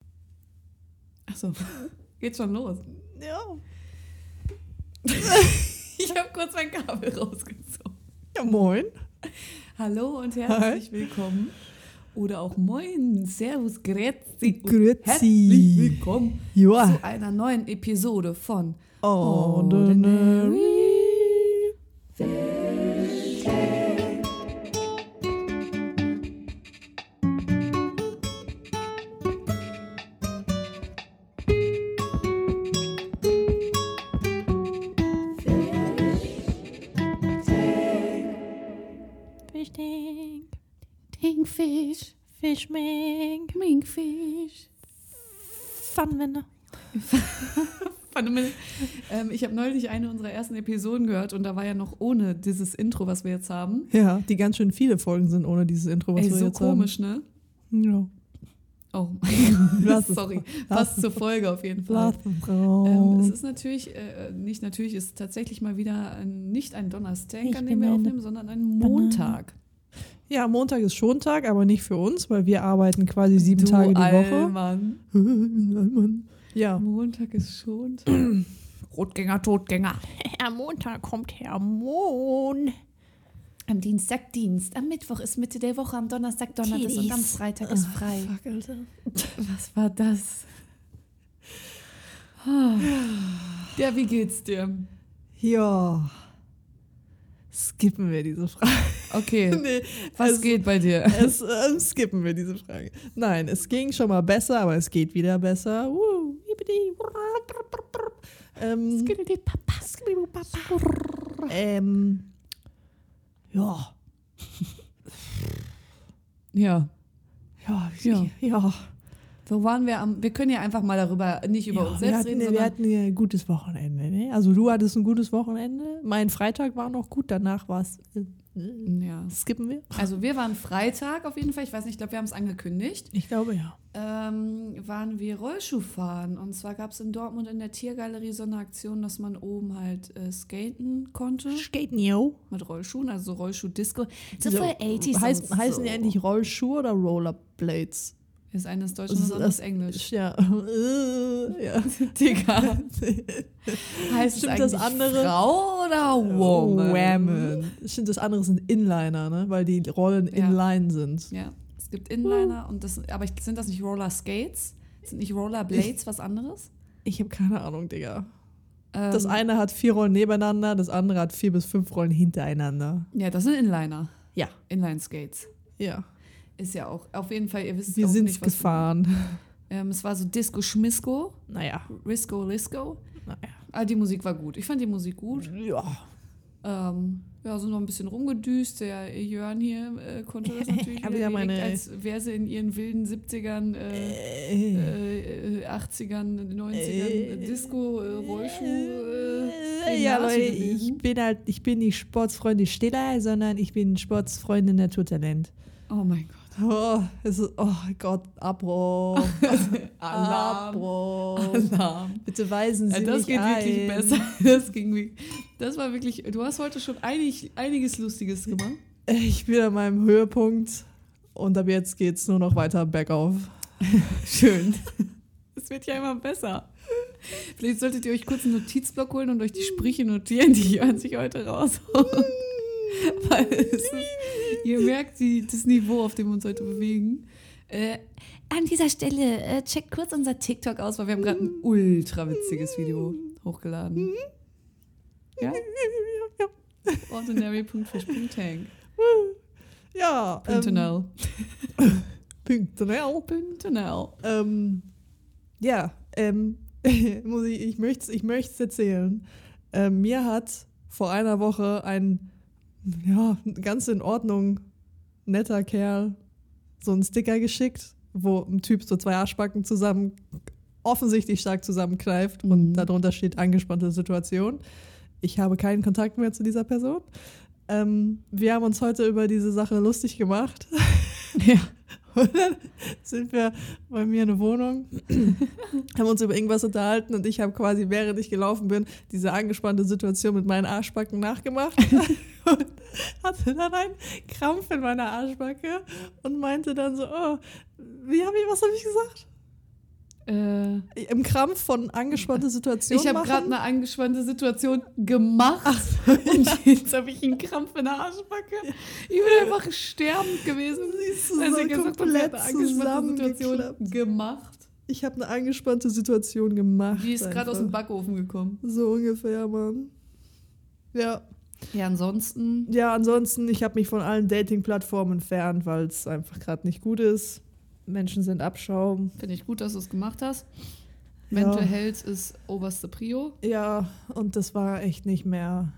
Achso, geht schon los. Ja. Ich habe kurz mein Kabel rausgezogen. Ja, moin. Hallo und herzlich willkommen. Oder auch moin, servus, grüezi. und Grüezi. Herzlich willkommen Joa. zu einer neuen Episode von Ordinary. Fischding, Tinkfisch, Fischming, Minkfisch. Pfannenwende. Warte mal. Ähm, ich habe neulich eine unserer ersten Episoden gehört und da war ja noch ohne dieses Intro, was wir jetzt haben. Ja, die ganz schön viele Folgen sind ohne dieses Intro, was Ey, wir so jetzt komisch, ne? haben. Ja. Oh mein Gott, Lass es. sorry. Lass Passt zur Folge auf jeden Fall. Lass Ähm, es raus. ist natürlich, äh, nicht natürlich, es ist tatsächlich mal wieder ein, nicht ein Donnerstag, Ich an bin dem wir eine aufnehmen, sondern ein Banane. Montag. Ja, Montag ist Schontag, aber nicht für uns, weil wir arbeiten quasi sieben du Tage die Woche. Allmann. Allmann. Ja. Montag ist schon. Rotgänger, Totgänger. Am Montag kommt Herr Mond. Am Dienstag Dienst, am Mittwoch ist Mitte der Woche, am Donnerstag Donnerstag und Tiddies. am Freitag ist frei. Fuck, Alter. Was war das? Ah. Ja, wie geht's dir? Ja. Skippen wir diese Frage. Okay, nee, was es- geht bei dir? Es ähm, skippen wir diese Frage. Nein, es ging schon mal besser, aber es geht wieder besser. Uh, yippidi, wurr, brr, brr, brr. Ähm, ähm, ja, Ja, ja, Ja. ja. ja. wo waren wir am. Wir können ja einfach mal darüber nicht über uns wir, selbst hatten, reden, wir sondern. hatten ja ein gutes Wochenende. Ne? Also du hattest ein gutes Wochenende. Mein Freitag war noch gut, danach war es... Äh, äh, Ja. skippen wir? Also wir waren Freitag auf jeden Fall, ich weiß nicht, ich glaube, wir haben es angekündigt, Ich glaube ja. ähm, waren wir Rollschuh fahren. Und zwar gab es in Dortmund in der Tiergalerie so eine Aktion, dass man oben halt äh, skaten konnte Skaten, yo. mit Rollschuhen, also so Rollschuh-Disco. So, heißen, heißen die eigentlich Rollschuhe oder Rollerblades? Ist eines Deutsch und das Das- andere ist das- Englisch. Ja. Äh, ja. Digga. heißt Stimmt, es das eigentlich andere- Frau Oh, oder Woman? Woman. Stimmt, das andere sind Inliner, ne? Weil die Rollen Ja. Inline sind. Ja, es gibt Inliner und das, aber sind das nicht Roller Skates? Sind nicht Rollerblades was anderes? Ich habe keine Ahnung, Digga. Ähm, Das eine hat vier Rollen nebeneinander, das andere hat vier bis fünf Rollen hintereinander. ja, das sind Inliner. Ja. Inline Skates. Ja. Ist ja auch. Auf jeden Fall, ihr wisst Wir auch sind nicht, was. gefahren. Ähm, es war so Disco Schmisco, Naja. Risco Lisco. naja. Aber die Musik war gut. Ich fand die Musik gut. Ja. Ähm, ja, sind noch ein bisschen rumgedüst. Der Jörn hier äh, konnte das natürlich Hab wieder wieder meine- direkt, als wäre sie in ihren wilden 70ern, äh, Äh. äh, äh, 80ern, 90ern äh, Äh. Disco, äh, Rollschuh. Äh, ja, Gymnasium Leute, gewesen. ich bin halt, ich bin nicht Sportsfreundin Stiller, sondern ich bin Sportsfreundin Naturtalent. oh mein Gott. Oh, es ist, oh Gott, Abbruch. Alarm. Abbruch. Alarm. Bitte weisen Sie Ja, das mich geht ein. wirklich besser. Das ging wirklich. Das war wirklich. Du hast heute schon einig, einiges Lustiges gemacht. Ich bin an meinem Höhepunkt und ab jetzt geht's nur noch weiter bergauf. Schön. Es wird ja immer besser. Vielleicht solltet ihr euch kurz einen Notizblock holen und euch die Sprüche notieren, die Jörn sich heute raushaut. Weil es ist, ihr merkt die, das Niveau, auf dem wir uns heute bewegen. Äh, an dieser Stelle äh, checkt kurz unser TikTok aus, weil wir haben gerade ein ultra witziges Video hochgeladen. Ja? Ordinary.fish.tank. Ja, ähm, .nl. Punktonell. .nl. Ähm, ja, ähm, muss ich, ich möchte es ich möcht's erzählen. Ähm, mir hat vor einer Woche ein ja, ganz in Ordnung netter Kerl so einen Sticker geschickt, wo ein Typ so zwei Arschbacken zusammen offensichtlich stark zusammenkneift Mhm. und darunter steht angespannte Situation. Ich habe keinen Kontakt mehr zu dieser Person. Ähm, wir haben uns heute über diese Sache lustig gemacht. Ja. Und dann sind wir bei mir in der Wohnung, haben uns über irgendwas unterhalten und ich habe quasi, während ich gelaufen bin, diese angespannte Situation mit meinen Arschbacken nachgemacht. und hatte dann einen Krampf in meiner Arschbacke und meinte dann so, oh, wie habe ich, was habe ich gesagt? Äh, Im Krampf von angespannte Situationen ich habe gerade machen. eine angespannte Situation gemacht und jetzt habe ich einen Krampf in der Arschbacke. Ich bin einfach sterbend gewesen. Siehst du, als so ich gesagt habe, ich komplett habe eine angespannte Situation zusammengeklappt. gemacht. Ich habe eine angespannte Situation gemacht. Die ist gerade aus dem einfach. Backofen gekommen. So ungefähr, Mann. Ja. Ja, ansonsten. Ja, ansonsten, ich habe mich von allen Dating-Plattformen entfernt, weil es einfach gerade nicht gut ist. Menschen sind Abschaum. Finde ich gut, dass du es gemacht hast. Ja. Mental Health ist oberste Prio. Ja, und das war echt nicht mehr.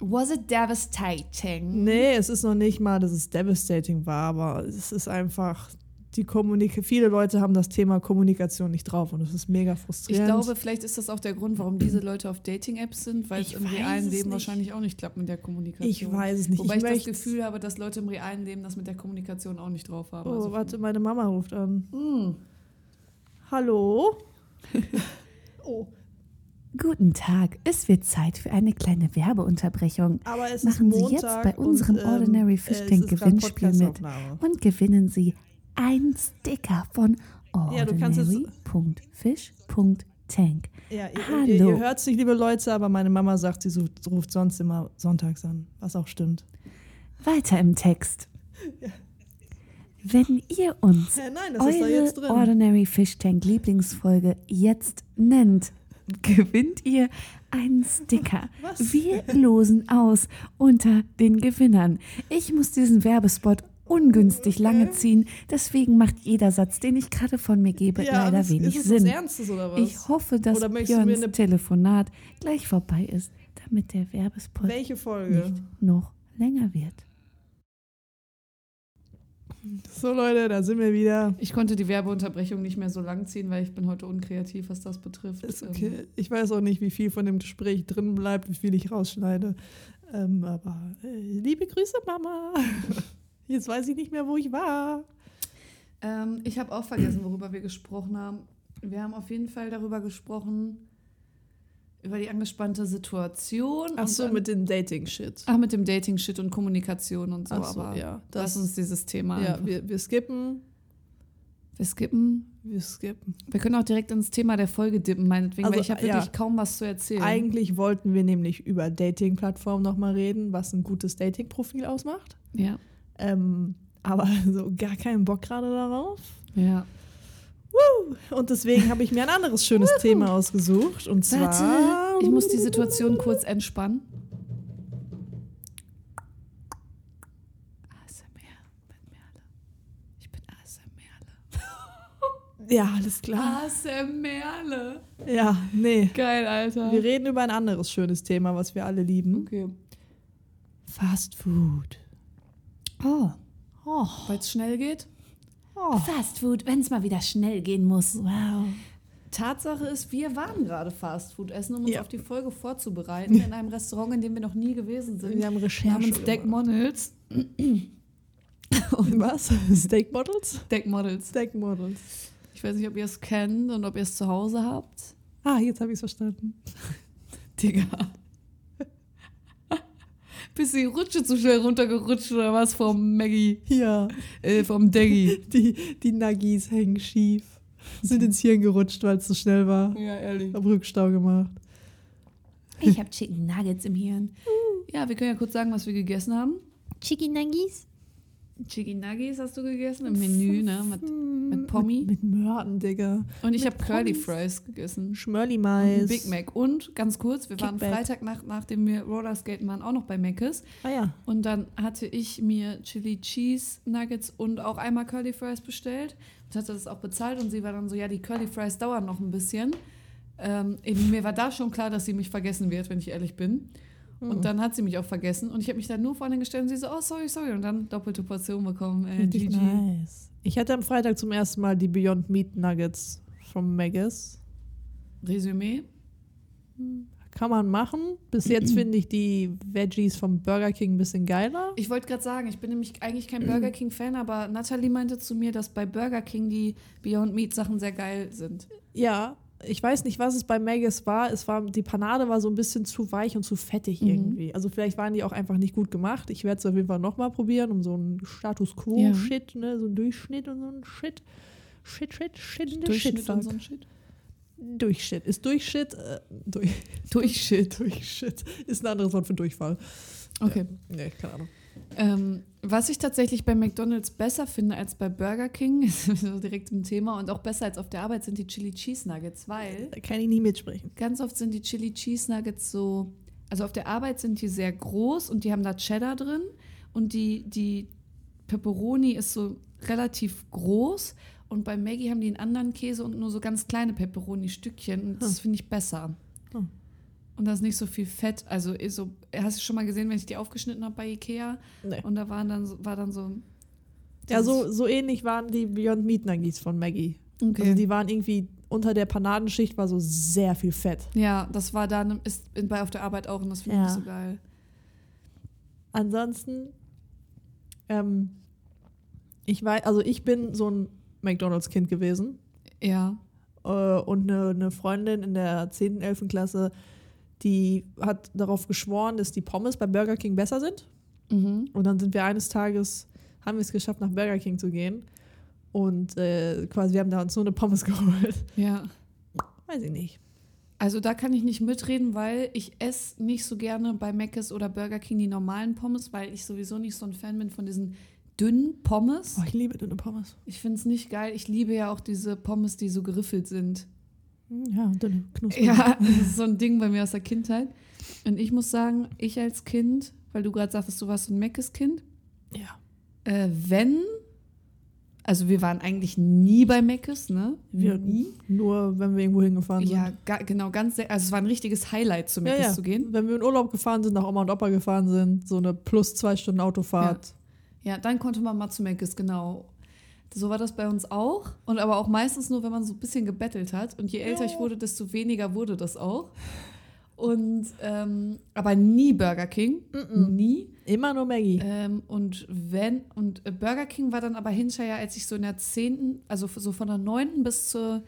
Was it Mhm. devastating? Nee, es ist noch nicht mal, dass es devastating war, aber es ist einfach die Kommunik Viele Leute haben das Thema Kommunikation nicht drauf und es ist mega Ich frustrierend. glaube, vielleicht ist das auch der Grund, warum diese Leute auf Dating-Apps sind, weil es Ich im weiß realen es Leben nicht. wahrscheinlich auch nicht klappt mit der Kommunikation. ich weiß es nicht. Wobei ich, das möchte- Gefühl habe, dass Leute im realen Leben das mit der Kommunikation auch nicht drauf haben. Oh, Also- warte, meine Mama ruft an. Mm. Hm. Hallo? oh, Guten Tag, es wird Zeit für eine kleine Werbeunterbrechung. aber es Machen ist Sie jetzt Montag bei unserem und, ähm, Ordinary äh, Fish es Tank ist grad Gewinnspiel mit Podcastaufnahme. und gewinnen Sie einen Sticker von Ja, du kannst es- ordinary.fish.tank. Ja, ihr, Hallo. ihr, ihr hört es nicht, liebe Leute, aber meine Mama sagt, sie sucht, ruft sonst immer sonntags an, was auch stimmt. Weiter im Text. Wenn ihr uns Hä, nein, das ist da eure jetzt drin. Ordinary Fish Tank Lieblingsfolge jetzt nennt, gewinnt ihr einen Sticker. Was? Wir losen aus unter den Gewinnern. Ich muss diesen Werbespot ungünstig lange ziehen, deswegen macht jeder Satz, den ich gerade von mir gebe, leider ist, wenig ist es was Sinn. Ernstes oder was? Ich hoffe, dass Oder möchtest du mir Björns eine- Telefonat gleich vorbei ist, damit der Werbespot Welche Folge? nicht noch länger wird. So Leute, da sind wir wieder. Ich konnte die Werbeunterbrechung nicht mehr so lang ziehen, weil ich bin heute unkreativ, was das betrifft. Ist Ähm, okay. Ich weiß auch nicht, wie viel von dem Gespräch drin bleibt, wie viel ich rausschneide. Ähm, aber äh, liebe Grüße, Mama. Jetzt weiß ich nicht mehr, wo ich war. Ähm, ich habe auch vergessen, worüber wir gesprochen haben. Wir haben auf jeden Fall darüber gesprochen, über die angespannte Situation. und dann- dem Dating-Shit. ach, mit dem Dating-Shit und Kommunikation und so. Ach so, aber ja. lass Das, uns dieses Thema. ja, einfach- wir, wir skippen. wir skippen. Wir skippen. Wir können auch direkt ins Thema der Folge dippen, meinetwegen, Also, weil ich habe ja. wirklich kaum was zu erzählen. Eigentlich wollten wir nämlich über Dating-Plattformen nochmal reden, was ein gutes Dating-Profil ausmacht. ja. Ähm, aber so gar keinen Bock gerade darauf. ja. Und deswegen habe ich mir ein anderes schönes Thema ausgesucht. Und zwar. Warte, ich muss die Situation kurz entspannen. ASMR mit Merle. Ich bin ASMRle. Ja, alles Ah. klar. ASMRle. Ja, nee. Geil, Alter. Wir reden über ein anderes schönes Thema, was wir alle lieben. Okay. Fast Food. Oh. Weil es schnell geht. Oh. Fast Food, wenn es mal wieder schnell gehen muss. Wow. Tatsache ist, wir waren gerade Fastfood essen, um uns Ja. auf die Folge vorzubereiten in einem Restaurant, in dem wir noch nie gewesen sind. also Wir haben Recherche. Namens Deck gemacht. Models. Was? Steak Models? Deck Models. Steak Models. Ich weiß nicht, ob ihr es kennt und ob ihr es zu Hause habt. Ah, jetzt habe ich es verstanden. Digga. Bist du die Rutsche zu schnell runtergerutscht oder was vom Maggie? Ja. Äh, vom Deggy. Die, die Nuggies hängen schief. Sind ins Hirn gerutscht, weil es zu schnell war. Ja, ehrlich. Hab Rückstau gemacht. Ich habe Chicken Nuggets im Hirn. Ja, wir können ja kurz sagen, was wir gegessen haben. Chicken Nuggies? Chicken Nuggies hast du gegessen im Menü, ne? Mit, mit Pommi. Mit Mörden, Digga. Und ich habe Curly Fries gegessen. Schmörli Und Mais. Big Mac. Und ganz kurz, wir waren Kickback. Freitagnacht, nachdem wir Rollerskaten waren, auch noch bei Mc's. Ah ja. Und dann hatte ich mir Chili Cheese Nuggets und auch einmal Curly Fries bestellt und hatte das auch bezahlt. Und sie war dann so, ja, die Curly Fries dauern noch ein bisschen. Ähm, eben, mir war da schon klar, dass sie mich vergessen wird, wenn ich ehrlich bin. Hm. Und dann hat sie mich auch vergessen. Und ich habe mich dann nur vorne gestellt und sie so, oh, sorry, sorry. Und dann doppelte Portion bekommen. Äh, Richtig GG. nice. Ich hatte am Freitag zum ersten Mal die Beyond Meat Nuggets vom Maggis. Resümee. Kann man machen. Bis jetzt finde ich die Veggies vom Burger King ein bisschen geiler. Ich wollte gerade sagen, ich bin nämlich eigentlich kein Burger King-Fan, aber Natalie meinte zu mir, dass bei Burger King die Beyond Meat Sachen sehr geil sind. Ja, ich weiß nicht, was es bei Maggis war. Es war. Die Panade war so ein bisschen zu weich und zu fettig Mhm. irgendwie. Also vielleicht waren die auch einfach nicht gut gemacht. Ich werde es auf jeden Fall nochmal probieren, um so einen Status Ja. Quo-Shit, ne, so einen Durchschnitt und so einen Shit. Shit, shit, shit, in the Durchschnitt Shit. und so ein Shit. Durchshit. Ist Durchshit, äh, durch, Durchschnitt. Durchshit ist ein anderes Wort für Durchfall. Okay. Nee, keine Ahnung. Ähm, was ich tatsächlich bei McDonalds besser finde als bei Burger King, ist so direkt im Thema, und auch besser als auf der Arbeit, sind die Chili Cheese Nuggets, weil Da kann ich nie mitsprechen. ganz oft sind die Chili Cheese Nuggets so, also auf der Arbeit sind die sehr groß und die haben da Cheddar drin und die, die Pepperoni ist so relativ groß und bei Maggie haben die einen anderen Käse und nur so ganz kleine Pepperoni-Stückchen und das finde ich besser. Hm. Und da ist nicht so viel Fett. Also eh so, hast du schon mal gesehen, wenn ich die aufgeschnitten habe bei Ikea? Nee. Und da waren dann, so- war dann so. Ja, so, so ähnlich waren die Beyond Meat Nuggies von Maggie. Okay. Also die waren irgendwie unter der Panadenschicht war so sehr viel Fett. ja, das war dann, ist in- bei auf der Arbeit auch und das finde ich Ja. nicht so geil. Ansonsten, ähm, ich weiß, also ich bin so ein McDonalds-Kind gewesen. Ja. äh, und eine, eine Freundin in der 10., 11. Klasse, die hat darauf geschworen, dass die Pommes bei Burger King besser sind. Mhm. Und dann sind wir eines Tages, haben wir es geschafft, nach Burger King zu gehen. Und äh, quasi, wir haben da uns nur eine Pommes geholt. Ja. Weiß ich nicht. Also da kann ich nicht mitreden, weil ich esse nicht so gerne bei Mc's oder Burger King die normalen Pommes, weil ich sowieso nicht so ein Fan bin von diesen dünnen Pommes. Oh, ich liebe dünne Pommes. Ich finde es nicht geil. Ich liebe ja auch diese Pommes, die so geriffelt sind. Ja, dünne, knusprig. Ja, das ist so ein Ding bei mir aus der Kindheit. Und ich muss sagen, ich als Kind, weil du gerade sagtest, du warst so ein Mc's-Kind, ja. Äh, wenn, also wir waren eigentlich nie bei Meckes, ne? Wir, Also- Nur, wenn wir irgendwo hingefahren sind. um Ja, ga, genau, ganz sehr, also es war ein richtiges Highlight, zu Meckes zu gehen. Wenn wir in Urlaub gefahren sind, nach Oma und Opa gefahren sind, so eine plus zwei Stunden Autofahrt. Ja, dann konnte man mal zu Meckes, genau. So war das bei uns auch. Und aber auch meistens nur, wenn man so ein bisschen gebettelt hat. Und je älter ich wurde, desto weniger wurde das auch. Und, ähm, aber nie Burger King. Nie. Immer nur Maggie. Ähm, und wenn, und äh, Burger King war dann aber hinterher, als ich so in der 10., also f- so von der 9. bis zur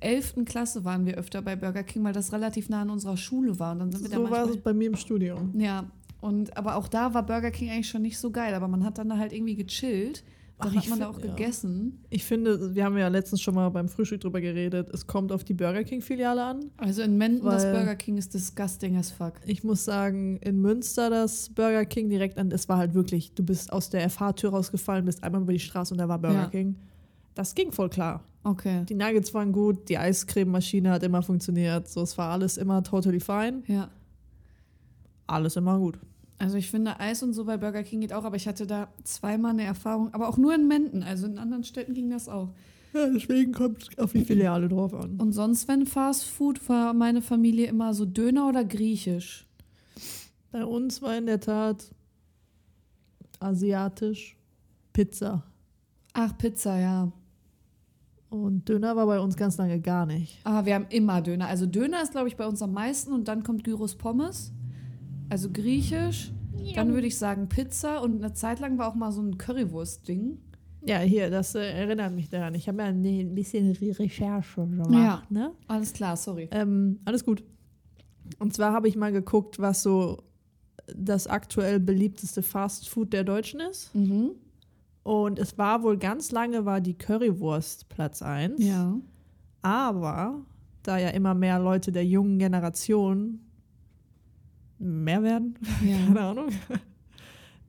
11. Klasse waren wir öfter bei Burger King, weil das relativ nah an unserer Schule war. Und dann sind wir so da war manchmal, es bei mir im Studium. Ja, und aber auch da war Burger King eigentlich schon nicht so geil, aber man hat dann da halt irgendwie gechillt. Dann Ach, hat ich man da find- auch ja. gegessen. Ich finde, wir haben ja letztens schon mal beim Frühstück drüber geredet, es kommt auf die Burger King-Filiale an. Also in Menden, das Weil- Burger King ist disgusting as fuck. Ich muss sagen, in Münster das Burger King direkt an, es war halt wirklich, du bist aus der FH-Tür rausgefallen, bist einmal über die Straße und da war Burger Ja. King. Das ging voll klar. Okay. Die Nuggets waren gut, die Eiscrememaschine hat immer funktioniert, so es war alles immer totally fine, Ja. alles immer gut. Also ich finde, Eis und so bei Burger King geht auch, aber ich hatte da zweimal eine Erfahrung, aber auch nur in Menden. Also in anderen Städten ging das auch. Ja, deswegen kommt es auf die Filiale drauf an. Und sonst, wenn Fast Food, war meine Familie immer so Döner oder Griechisch. Bei uns war in der Tat asiatisch Pizza. Ach, Pizza, ja. Und Döner war bei uns ganz lange gar nicht. Ah, wir haben immer Döner. Also Döner ist, glaube ich, bei uns am meisten und dann kommt Gyros Pommes. Also Griechisch. Dann würde ich sagen Pizza und eine Zeit lang war auch mal so ein Currywurst-Ding. Ja, hier, das äh, erinnert mich daran. Ich habe ja ein ne, ein bisschen Re- Recherche gemacht. Ne? Alles klar, sorry. Ähm, alles gut. Und zwar habe ich mal geguckt, was so das aktuell beliebteste Fast Food der Deutschen ist. Mhm. Und es war wohl ganz lange war die Currywurst Platz 1. Ja. Aber da ja immer mehr Leute der jungen Generation mehr werden, ja. keine Ahnung,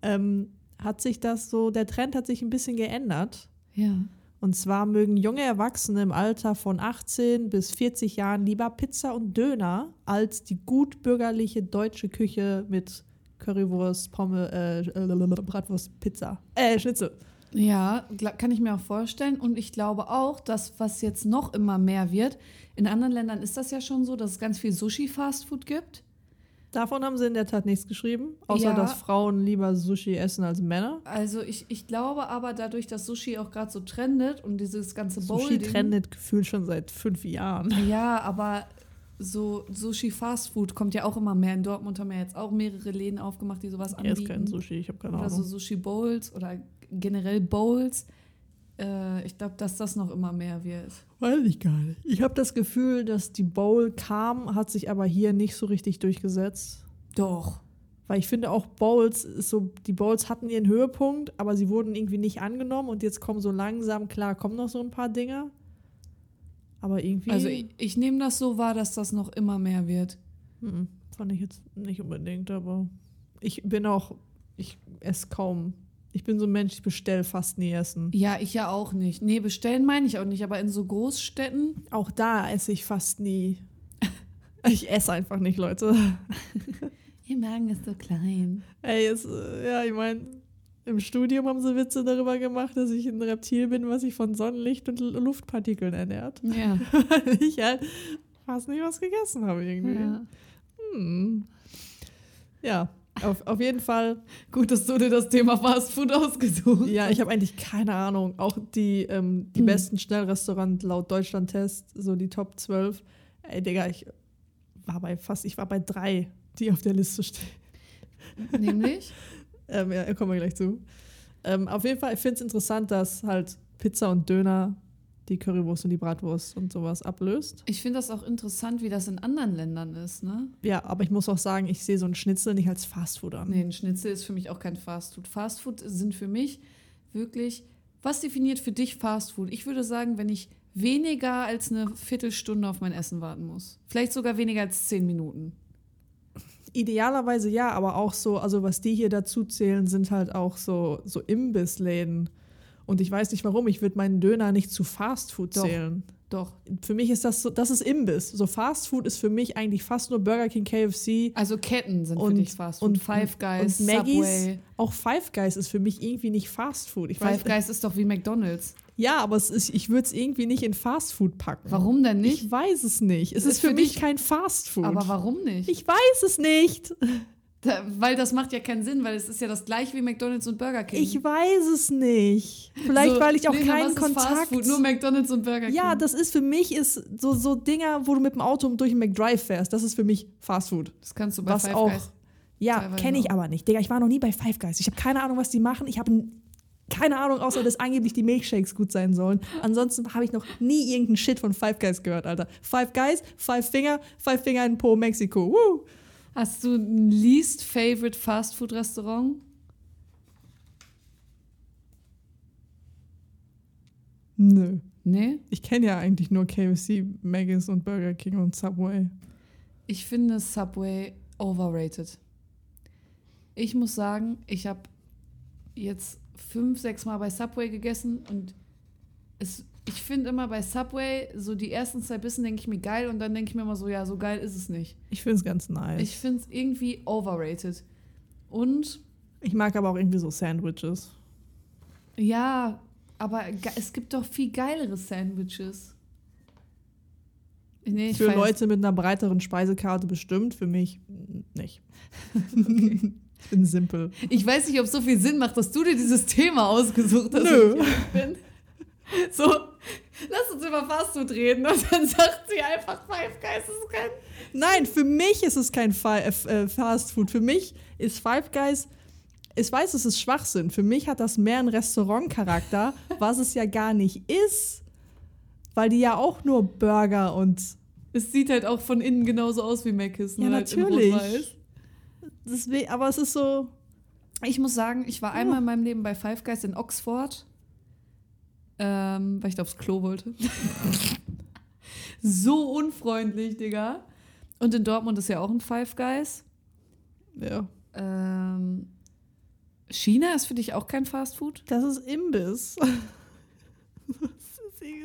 ähm, hat sich das so, der Trend hat sich ein bisschen geändert. Ja. Und zwar mögen junge Erwachsene im Alter von 18 bis 40 Jahren lieber Pizza und Döner als die gutbürgerliche deutsche Küche mit Currywurst, Pommes, äh, äh, Bratwurst, Pizza. Äh, Schnitzel. Ja, gla- kann ich mir auch vorstellen. Und ich glaube auch, dass was jetzt noch immer mehr wird, in anderen Ländern ist das ja schon so, dass es ganz viel Sushi-Fastfood gibt. Davon haben sie in der Tat nichts geschrieben, außer Ja. dass Frauen lieber Sushi essen als Männer. Also ich, ich glaube aber dadurch, dass Sushi auch gerade so trendet und dieses ganze Bowl Sushi trendet gefühlt schon seit fünf Jahren. Ja, aber so Sushi Fastfood kommt ja auch immer mehr. In Dortmund haben ja jetzt auch mehrere Läden aufgemacht, die sowas Er anbieten. ist kein Sushi, ich habe keine Oder so Ahnung. Sushi Bowls oder generell Bowls. Äh, ich glaube, dass das noch immer mehr wird. Weiß ich gar nicht. Ich habe das Gefühl, dass die Bowl kam, hat sich aber hier nicht so richtig durchgesetzt. Doch. Weil ich finde auch Bowls, ist so, die Bowls hatten ihren Höhepunkt, aber sie wurden irgendwie nicht angenommen und jetzt kommen so langsam, klar, kommen noch so ein paar Dinger. Aber irgendwie. Also ich, ich nehme das so wahr, dass das noch immer mehr wird. Mhm. Fand ich jetzt nicht unbedingt, aber ich bin auch, ich esse kaum. Ich bin so ein Mensch, ich bestelle fast nie Essen. Ja, ich ja auch nicht. Nee, bestellen meine ich auch nicht, aber in so Großstädten. Auch da esse ich fast nie. Ich esse einfach nicht, Leute. Ihr Magen ist so klein. Ey, es, äh, ja, ich meine, im Studium haben sie Witze darüber gemacht, dass ich ein Reptil bin, was sich von Sonnenlicht und L- Luftpartikeln ernährt. Ja. Weil ich halt fast nie was gegessen habe irgendwie. ja. Hm. Ja, auf, auf jeden Fall. Gut, dass du dir das Thema Fast Food ausgesucht Ja, ich habe eigentlich keine Ahnung. Auch die, ähm, die oh Hm. besten Schnellrestaurants laut Deutschland-Test, so die Top 12. Ey, Digga, ich war bei fast, ich war bei drei, die auf der Liste stehen. hast. Nämlich? Ähm, ja, kommen wir gleich zu. Ähm, auf jeden Fall, ich finde es interessant, dass halt Pizza und Döner die Currywurst und die Bratwurst und sowas ablöst. Ich finde das auch interessant, wie das in anderen Ländern ist, ne? Ja, aber ich muss auch sagen, ich sehe so einen Schnitzel nicht als Fastfood an. Nee, ein Schnitzel ist für mich auch kein Fastfood. Fastfood sind für mich wirklich. Was definiert für dich Fastfood? Ich würde sagen, wenn ich weniger als eine Viertelstunde auf mein Essen warten muss. Vielleicht sogar weniger als zehn Minuten. Idealerweise ja, aber auch so, also was die hier dazu zählen, sind halt auch so, so Imbissläden. Und ich weiß nicht warum, ich würde meinen Döner nicht zu Fastfood Doch. zählen. Doch. Für mich ist das so, das ist Imbiss. So Fastfood ist für mich eigentlich fast nur Burger King, KFC, Also Ketten sind für Und- dich Fastfood. und- Five Guys, und Maggies. Subway. Auch Five Guys ist für mich irgendwie nicht Fastfood. Ich weiß, Five Guys ist doch wie McDonalds. Ja, aber es ist, ich würde es irgendwie nicht in Fastfood packen. Warum denn nicht? Ich weiß es nicht. Es ist, Ist für, für mich dich- kein Fastfood. Aber warum nicht? ich weiß es nicht. Da, weil das macht ja keinen Sinn, weil es ist ja das gleiche wie McDonalds und Burger King. Ich weiß es nicht. Vielleicht, So, weil ich auch Lena, was keinen ist Kontakt. Fast Food, nur McDonalds und Burger King. ja, das ist für mich ist so, so Dinger, wo du mit dem Auto durch den McDrive fährst. Das ist für mich Fastfood. das kannst du bei was Five auch- Guys. Ja, Teilweise kenne ich auch. aber nicht. Digga, ich war noch nie bei Five Guys. Ich habe keine Ahnung, was die machen. Ich habe keine Ahnung, außer dass angeblich die Milkshakes gut sein sollen. Ansonsten habe ich noch nie irgendeinen Shit von Five Guys gehört, Alter. Five Guys, Five Finger, Five Finger in Po, Mexiko. Woo! Hast du ein least favorite Fast Food Restaurant? Nö. Nee. Ich kenne ja eigentlich nur KFC, Maggis und Burger King und Subway. Ich finde Subway overrated. Ich muss sagen, ich habe jetzt fünf, sechs Mal bei Subway gegessen und es, ich finde immer bei Subway so die ersten zwei Bissen denke ich mir geil und dann denke ich mir immer so, ja, so geil ist es nicht. Ich finde es ganz nice. Ich Ich, finde es irgendwie overrated. Und mag aber auch irgendwie so Sandwiches. ja, aber ge- es gibt doch viel geilere Sandwiches. Nee, ich für weiß- Leute mit einer breiteren Speisekarte bestimmt, für mich nicht. ich bin simpel. Ich weiß nicht, ob es so viel Sinn macht, dass du dir dieses Thema ausgesucht hast. Nö. wenn ich ehrlich Bin. So, lass uns über Fastfood reden und dann sagt sie einfach Five Guys ist kein. Nein, für mich ist es kein Fi äh, Fast Food. Für mich ist Five Guys, ich weiß, es ist Schwachsinn. Für mich hat das mehr einen Restaurantcharakter, was es ja gar nicht ist, weil die ja auch nur Burger und Es sieht halt auch von innen genauso aus wie Mc's. Ja, nur halt in natürlich. Rot-Weiß. Deswegen, aber es ist so. Ich muss sagen, ich war einmal in meinem Leben bei Five Guys in Oxford, ähm, weil ich da aufs Klo wollte. so unfreundlich, Digga. Und in Dortmund ist ja auch ein Five Guys. Ja. Ähm, China ist für dich auch kein Fastfood? Das ist Imbiss.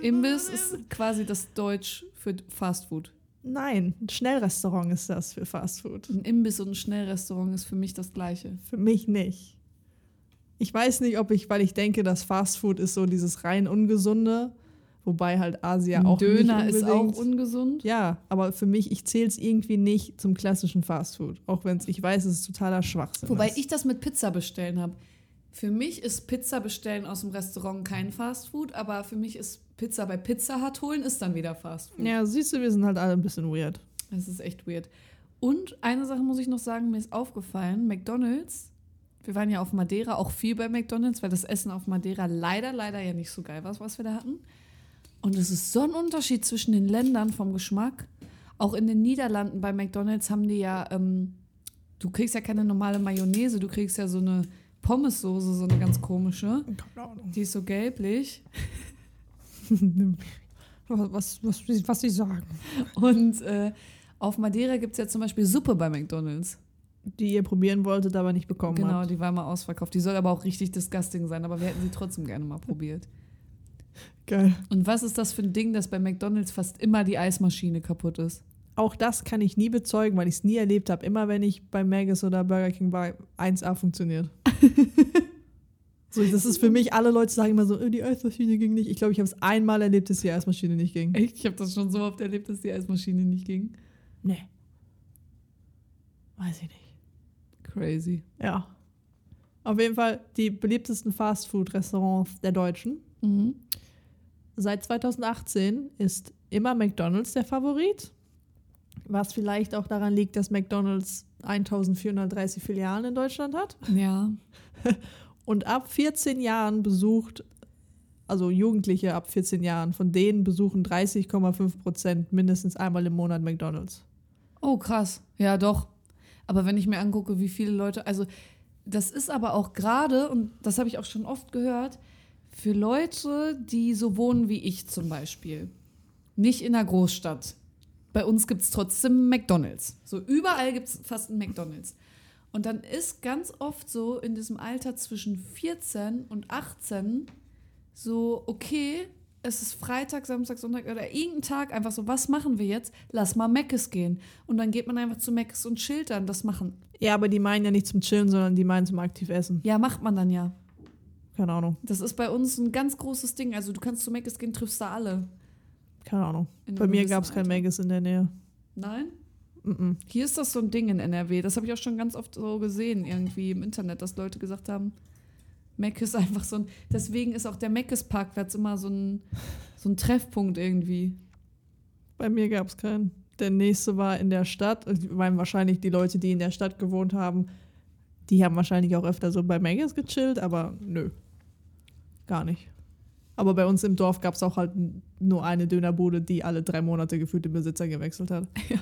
Imbiss ist quasi das Deutsch für Fastfood. Nein, ein Schnellrestaurant ist das für Fast Food. Ein Imbiss und ein Schnellrestaurant ist für mich das gleiche. Für mich nicht. Ich weiß nicht, ob ich, weil ich denke, dass Fast Food ist so dieses rein ungesunde, wobei halt Asia ein auch Döner nicht ist auch unbedingt- ungesund. Ja, aber für mich, ich zähle es irgendwie nicht zum klassischen Fast Food. Auch wenn ich weiß, es ist totaler Schwachsinn. Wobei ist. ich das mit Pizza bestellen habe. Für mich ist Pizza bestellen aus dem Restaurant kein Fastfood, aber für mich ist Pizza bei Pizza Hut holen ist dann wieder Fastfood. Ja, siehst du, wir sind halt alle ein bisschen weird. Das ist echt weird. Und eine Sache muss ich noch sagen, mir ist aufgefallen, McDonald's, wir waren ja auf Madeira auch viel bei McDonald's, weil das Essen auf Madeira leider, leider ja nicht so geil war, was wir da hatten. Und es ist so ein Unterschied zwischen den Ländern vom Geschmack. Auch in den Niederlanden bei McDonald's haben die ja ähm, Du kriegst ja keine normale Mayonnaise, du kriegst ja so eine Pommessoße, so eine ganz komische. Keine Ahnung. Die ist so gelblich. Was, was, was, was sie sagen. Und äh, auf Madeira gibt es ja zum Beispiel Suppe bei McDonalds. Die ihr probieren wolltet, aber nicht bekommen genau, habt. die war mal ausverkauft. Die soll aber auch richtig disgusting sein, aber wir hätten sie trotzdem gerne mal probiert. Geil. Und was ist das für ein Ding, dass bei McDonalds fast immer die Eismaschine kaputt ist? Auch das kann ich nie bezeugen, weil ich es nie erlebt habe. Immer wenn ich bei Maggis oder Burger King war, 1A funktioniert. so, das ist für mich, alle Leute sagen immer so, "Äh, die Eismaschine ging nicht. Ich glaube, ich habe es einmal erlebt, dass die Eismaschine nicht ging. Echt? Ich habe das schon so oft erlebt, dass die Eismaschine nicht ging. Nee. Weiß ich nicht. Crazy. Ja. Auf jeden Fall die beliebtesten Fastfood-Restaurants der Deutschen. Mhm. Seit 2018 ist immer McDonald's der Favorit. Was vielleicht auch daran liegt, dass McDonald's 1430 Filialen in Deutschland hat. Ja. Und ab 14 Jahren besucht, also Jugendliche ab 14 Jahren, von denen besuchen 30,5 Prozent mindestens einmal im Monat McDonald's. Oh, krass. Ja, doch. Aber wenn ich mir angucke, wie viele Leute, also das ist aber auch gerade, und das habe ich auch schon oft gehört, für Leute, die so wohnen wie ich zum Beispiel, nicht in einer Großstadt. Bei uns gibt es trotzdem McDonalds. So überall gibt es fast ein McDonalds. Und dann ist ganz oft so in diesem Alter zwischen 14 und 18 so, okay, es ist Freitag, Samstag, Sonntag oder irgendein Tag, einfach so, was machen wir jetzt? Lass mal Meckes gehen. Und dann geht man einfach zu Meckes und schildern, das machen. Ja, aber die meinen ja nicht zum Chillen, sondern die meinen zum aktiv Essen. Ja, macht man dann ja. Keine Ahnung. Das ist bei uns ein ganz großes Ding. Also du kannst zu Meckes gehen, triffst da alle. Keine Ahnung. In Bei einem mir gewissen gab es kein Alter. Maggis in der Nähe. Nein? Mm-mm. Hier ist das so ein Ding in NRW. Das habe ich auch schon ganz oft so gesehen, irgendwie im Internet, dass Leute gesagt haben, Mac ist einfach so ein. Deswegen ist auch der Meckes-Parkplatz immer so ein, so ein Treffpunkt irgendwie. Bei mir gab es keinen. Der nächste war in der Stadt. Und Ich meine, wahrscheinlich die Leute, die in der Stadt gewohnt haben, die haben wahrscheinlich auch öfter so bei Maggis gechillt, aber nö. Gar nicht. Aber bei uns im Dorf gab es auch halt n- nur eine Dönerbude, die alle drei Monate gefühlt den Besitzer gewechselt hat. Ja.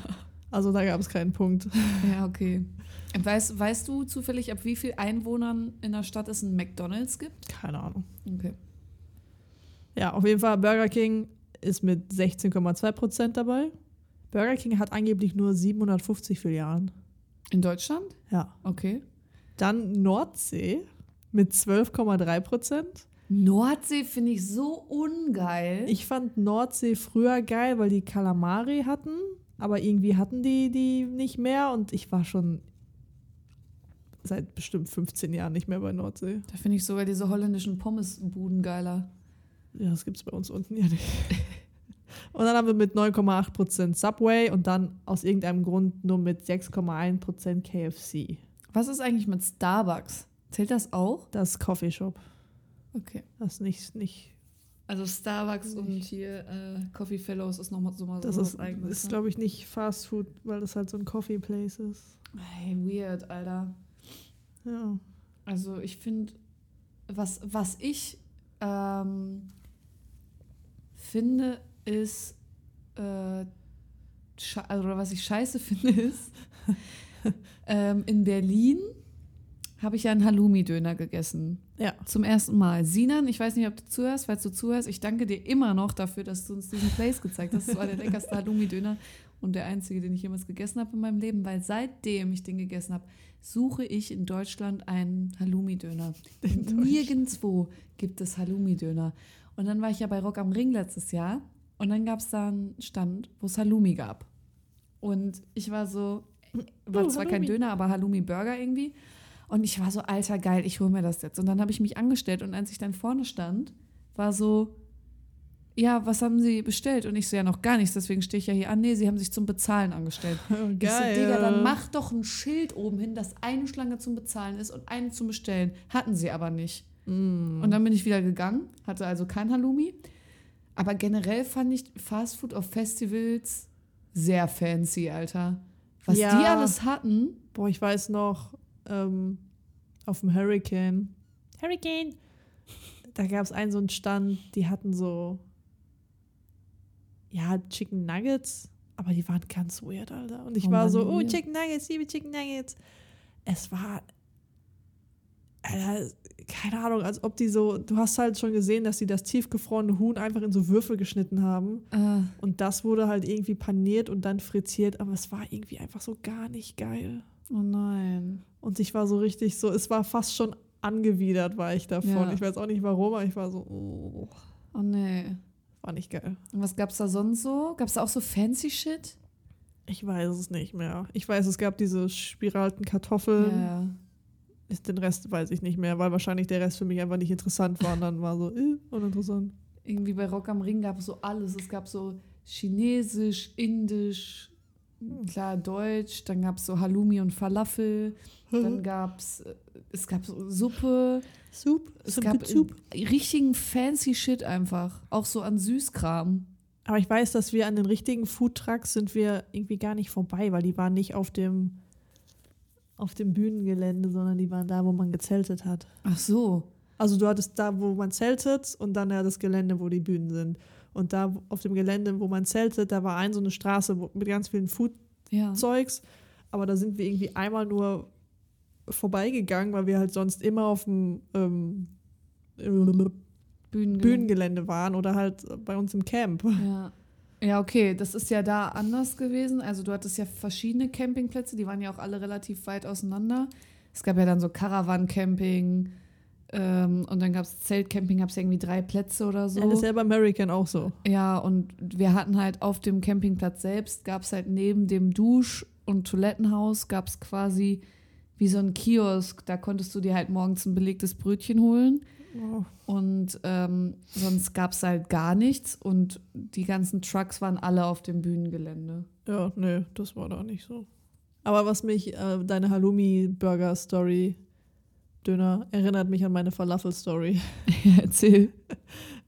Also da gab es keinen Punkt. Ja, okay. Weißt, weißt du zufällig, ab wie viel Einwohnern in der Stadt es ein McDonalds gibt? Keine Ahnung. Okay. Ja, auf jeden Fall, Burger King ist mit 16,2 Prozent dabei. Burger King hat angeblich nur 750 Filialen. In Deutschland? Ja. Okay. Dann Nordsee mit 12,3 Prozent. Nordsee finde ich so ungeil. Ich fand Nordsee früher geil, weil die Kalamari hatten, aber irgendwie hatten die die nicht mehr und ich war schon seit bestimmt 15 Jahren nicht mehr bei Nordsee. da finde ich sogar diese holländischen Pommesbuden geiler. Ja, das gibt es bei uns unten ja nicht. Und dann haben wir mit 9,8 Prozent Subway und dann aus irgendeinem Grund nur mit 6,1 Prozent KFC. Was ist eigentlich mit Starbucks? Zählt das auch? Das Coffee Shop. Okay. Das ist nicht, nicht Also Starbucks und hier äh, Coffee Fellows ist nochmal so mal Das so was ist, eigenes. ist ne? glaube ich, nicht Fast Food, weil das halt so ein Coffee Place ist. hey, weird, Alter. Ja. Also ich finde, was, was ich ähm, finde, ist, äh, sche- also, oder was ich scheiße finde, ist, ähm, in Berlin habe ich ja einen Halloumi-Döner gegessen. Ja. Zum ersten Mal. Sinan, ich weiß nicht, ob du zuhörst, falls du zuhörst, ich danke dir immer noch dafür, dass du uns diesen Place gezeigt hast. Das war der leckerste Halloumi-Döner und der einzige, den ich jemals gegessen habe in meinem Leben, weil seitdem ich den gegessen habe, suche ich in Deutschland einen Halloumi-Döner. Und Nirgendwo gibt es Halloumi-Döner. Und dann war ich ja bei Rock am Ring letztes Jahr und dann gab es da einen Stand, wo es Halloumi gab. Und ich war so, war Oh, zwar kein Halloumi. Döner, aber Halloumi-Burger irgendwie. Und ich war so, alter, geil, ich hole mir das jetzt. Und dann habe ich mich angestellt und als ich dann vorne stand, war so, ja, was haben Sie bestellt? Und ich so, ja, noch gar nichts, deswegen stehe ich ja hier an. Nee, Sie haben sich zum Bezahlen angestellt. Ich so, Digga, dann mach doch ein Schild oben hin, dass eine Schlange zum Bezahlen ist und eine zum Bestellen. Hatten sie aber nicht. Und dann bin ich wieder gegangen, hatte also kein Halloumi. Aber generell fand ich Fast Food auf Festivals sehr fancy, Alter. Was Ja. die alles hatten, Boah, ich weiß noch, ähm, auf dem Hurricane, Hurricane. da gab es einen so einen Stand, die hatten so, ja, Chicken Nuggets, aber die waren ganz weird, Alter. Und ich Oh war Mann, so, wie oh, weird. Chicken Nuggets, liebe Chicken Nuggets. es war, Alter, keine Ahnung, als ob die so, du hast halt schon gesehen, dass die das tiefgefrorene Huhn einfach in so Würfel geschnitten haben. Ah, Und das wurde halt irgendwie paniert und dann frittiert, aber es war irgendwie einfach so gar nicht geil. oh nein. Und ich war so richtig so, es war fast schon angewidert, war ich davon. Ja. Ich weiß auch nicht warum, aber ich war so, oh, Oh nee. war nicht geil. Und was gab's da sonst so? Gab's da auch so fancy Shit? Ich weiß es nicht mehr. Ich weiß, es gab diese spiralten Kartoffeln. ja. Ist Den Rest weiß ich nicht mehr, weil wahrscheinlich der Rest für mich einfach nicht interessant war. Und dann war so, äh, uninteressant. Irgendwie bei Rock am Ring gab es so alles. Es gab so Chinesisch, Indisch, klar Deutsch. Dann gab es so Halloumi und Falafel. Dann gab es, es gab so Suppe. Soup. Es gab richtigen fancy Shit einfach. Auch so an Süßkram. Aber ich weiß, dass wir an den richtigen Foodtrucks sind wir irgendwie gar nicht vorbei, weil die waren nicht auf dem, auf dem Bühnengelände, sondern die waren da, wo man gezeltet hat. Ach so. Also du hattest da, wo man zeltet und dann ja das Gelände, wo die Bühnen sind. Und da auf dem Gelände, wo man zeltet, da war ein so eine Straße wo- mit ganz vielen Ja. Foodzeugs. Aber da sind wir irgendwie einmal nur vorbeigegangen, weil wir halt sonst immer auf dem ähm, Genau. Bühnen. Bühnengelände waren oder halt bei uns im Camp. Ja. ja, okay. Das ist ja da anders gewesen. Also du hattest ja verschiedene Campingplätze, die waren ja auch alle relativ weit auseinander. Es gab ja dann so Caravan-Camping ähm, und dann gab es Zeltcamping, gab es ja irgendwie drei Plätze oder so. Ja, das ist ja beim American auch so. Ja, und wir hatten halt auf dem Campingplatz selbst, gab es halt neben dem Dusch- und Toilettenhaus, gab es quasi wie so ein Kiosk. Da konntest du dir halt morgens ein belegtes Brötchen holen. Und ähm, sonst gab es halt gar nichts. Und die ganzen Trucks waren alle auf dem Bühnengelände. Ja, nö, das war da nicht so. Aber was mich, äh, deine Halloumi-Burger-Story, Döner, erinnert mich an meine Falafel-Story. Erzähl.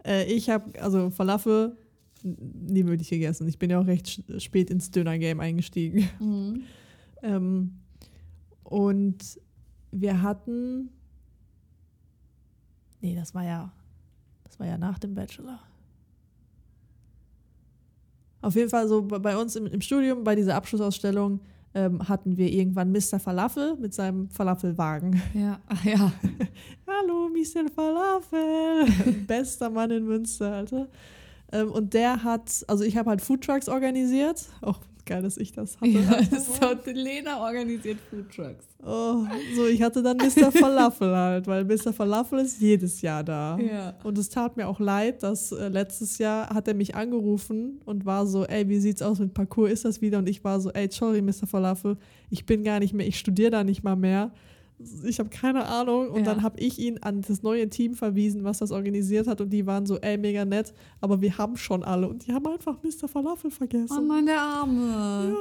Äh, ich habe, also Falafel, n- nie wirklich gegessen. Ich bin ja auch recht sch- spät ins Döner-Game eingestiegen. Mhm. Ähm, und wir hatten. Nee, das war ja. Das war ja nach dem Bachelor. Auf jeden Fall so bei- bei uns im, im Studium, bei dieser Abschlussausstellung, ähm, hatten wir irgendwann Mr. Falafel mit seinem Falafelwagen. Ja, ach ja. Hallo, Mr. Falafel. Bester Mann in Münster, Alter. Ähm, und der hat, also ich habe halt Foodtrucks organisiert. Auch geil, dass ich das hatte. ja das hat Lena organisiert Foodtrucks. Oh, so, ich hatte dann Mr. Falafel halt, weil Mr. Falafel ist jedes Jahr da. Ja. Und es tat mir auch leid, dass äh, letztes Jahr hat er mich angerufen und war so, ey, wie sieht's aus mit Parcours, ist das wieder? Und ich war so, ey, sorry, Mr. Falafel, ich bin gar nicht mehr, ich studiere da nicht mal mehr. Ich habe keine Ahnung. Und Ja. dann habe ich ihn an das neue Team verwiesen, was das organisiert hat. Und die waren so, ey, mega nett, aber wir haben schon alle. Und die haben einfach Mr. Falafel Oh vergessen. nein, der Arme.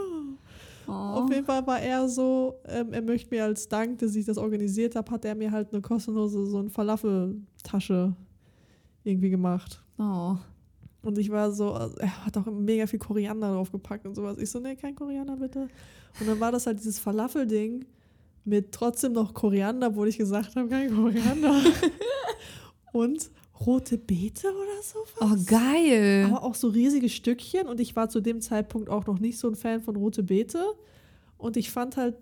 Oh. Auf jeden Fall war er so, ähm, er möchte mir als Dank, dass ich das organisiert habe, hat er mir halt eine kostenlose so eine Falafeltasche irgendwie gemacht. oh. Und ich war so, also, er hat auch mega viel Koriander draufgepackt und sowas. Ich so, nee, kein Koriander bitte. Und dann war das halt dieses Falafel-Ding mit trotzdem noch Koriander, obwohl ich gesagt habe, kein Koriander. und rote Beete oder so. oh, geil. Aber auch so riesige Stückchen und ich war zu dem Zeitpunkt auch noch nicht so ein Fan von Rote Beete und ich fand halt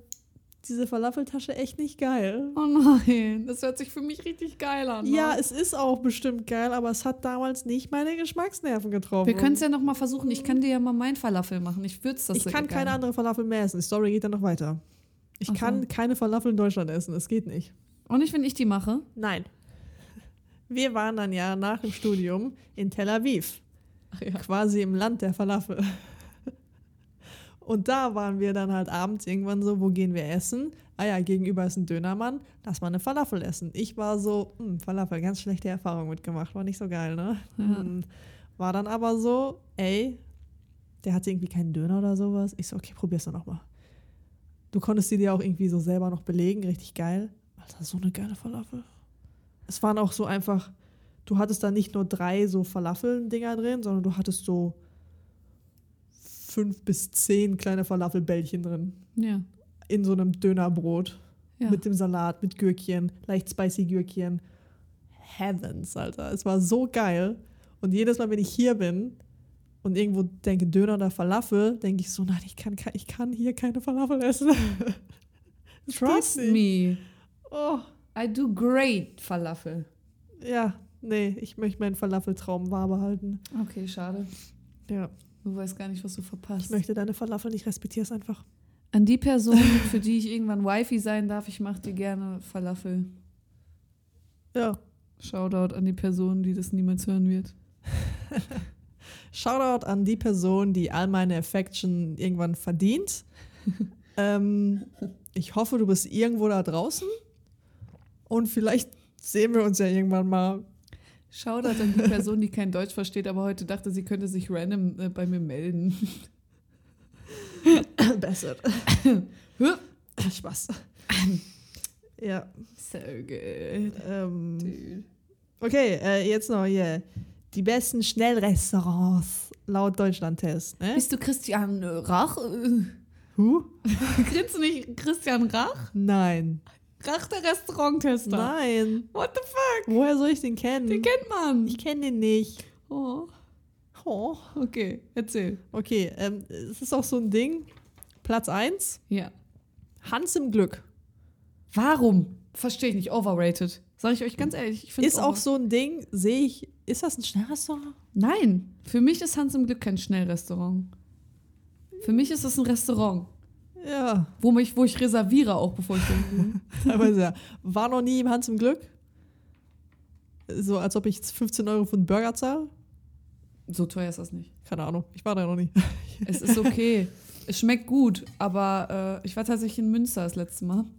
diese Falafeltasche echt nicht geil. Oh nein, das hört sich für mich richtig geil an. Ja, ne? es ist auch bestimmt geil, aber es hat damals nicht meine Geschmacksnerven getroffen. wir können es ja noch mal versuchen. Ich kann dir ja mal mein Falafel machen. Ich würze das ich gerne. kann keine andere Falafel mehr essen. Die Story geht dann noch weiter. Ich Ach so. kann keine Falafel in Deutschland essen. Es geht nicht. Und nicht, wenn ich die mache. Nein. Wir waren dann ja nach dem Studium in Tel Aviv. Ach ja. quasi im Land der Falafel. Und da waren wir dann halt abends irgendwann so, wo gehen wir essen? Ah ja, gegenüber ist ein Dönermann, lass mal eine Falafel essen. Ich war so, hm, Falafel, ganz schlechte Erfahrung mitgemacht, war nicht so geil, ne? Hm. War dann aber so, ey, der hatte irgendwie keinen Döner oder sowas. Ich so, okay, probier's doch nochmal. Du konntest die dir auch irgendwie so selber noch belegen, richtig geil. Alter, so eine geile Falafel. Es waren auch so einfach, du hattest da nicht nur drei so Falafeln-Dinger drin, sondern du hattest so fünf bis zehn kleine Falafelbällchen drin. Ja. In so einem Dönerbrot. ja. Mit dem Salat, mit Gürkchen, leicht spicy Gürkchen. Heavens, Alter. Es war so geil. Und jedes Mal, wenn ich hier bin und irgendwo denke Döner oder Falafel, denke ich so, nein, ich kann, ke- ich kann hier keine Falafel essen. Das geht Trust nicht. me. Oh, I do great Falafel. ja, nee, ich möchte meinen Falafeltraum wahr behalten. Okay, schade. Ja, Du weißt gar nicht, was du verpasst. ich möchte deine Falafel, ich respektiere es einfach. An die Person, für die ich irgendwann Wifi sein darf, ich mache dir gerne Falafel. Ja, Shoutout an die Person, die das niemals hören wird. Shoutout an die Person, die all meine Affection irgendwann verdient. ähm, ich hoffe, du bist irgendwo da draußen und vielleicht sehen wir uns ja irgendwann mal. Shoutout an die Person, die kein Deutsch versteht, aber heute dachte, sie könnte sich random äh, bei mir melden. Besser. Spaß. ja. So good. Ähm, Dude. okay, äh, jetzt noch hier. Die besten Schnellrestaurants laut Deutschland-Test. Ne? Bist du Christian äh, Rach? Äh, Huh? Grinst du nicht Christian Rach? Nein. Rach, der Restauranttester. Nein. What the fuck? Woher soll ich den kennen? Den kennt man. ich kenne den nicht. Oh, Oh. okay, erzähl. Okay, ähm, es ist auch so ein Ding. Platz 1, Ja. Hans im Glück. Warum? Verstehe ich nicht. Overrated. Sag ich euch ganz ehrlich. Ich find's Ist auch so ein Ding, sehe ich, ist das ein Schnellrestaurant? Nein, für mich ist Hans im Glück kein Schnellrestaurant. Für mich ist es ein Restaurant, Ja, wo, mich, wo ich reserviere auch, bevor ich bin. teilweise ja. War noch nie im Hans im Glück. So, als ob ich 15 Euro für einen Burger zahle. So teuer ist das nicht. Keine Ahnung, ich war da noch nie. Es ist okay. es schmeckt gut, aber äh, ich war tatsächlich in Münster das letzte Mal.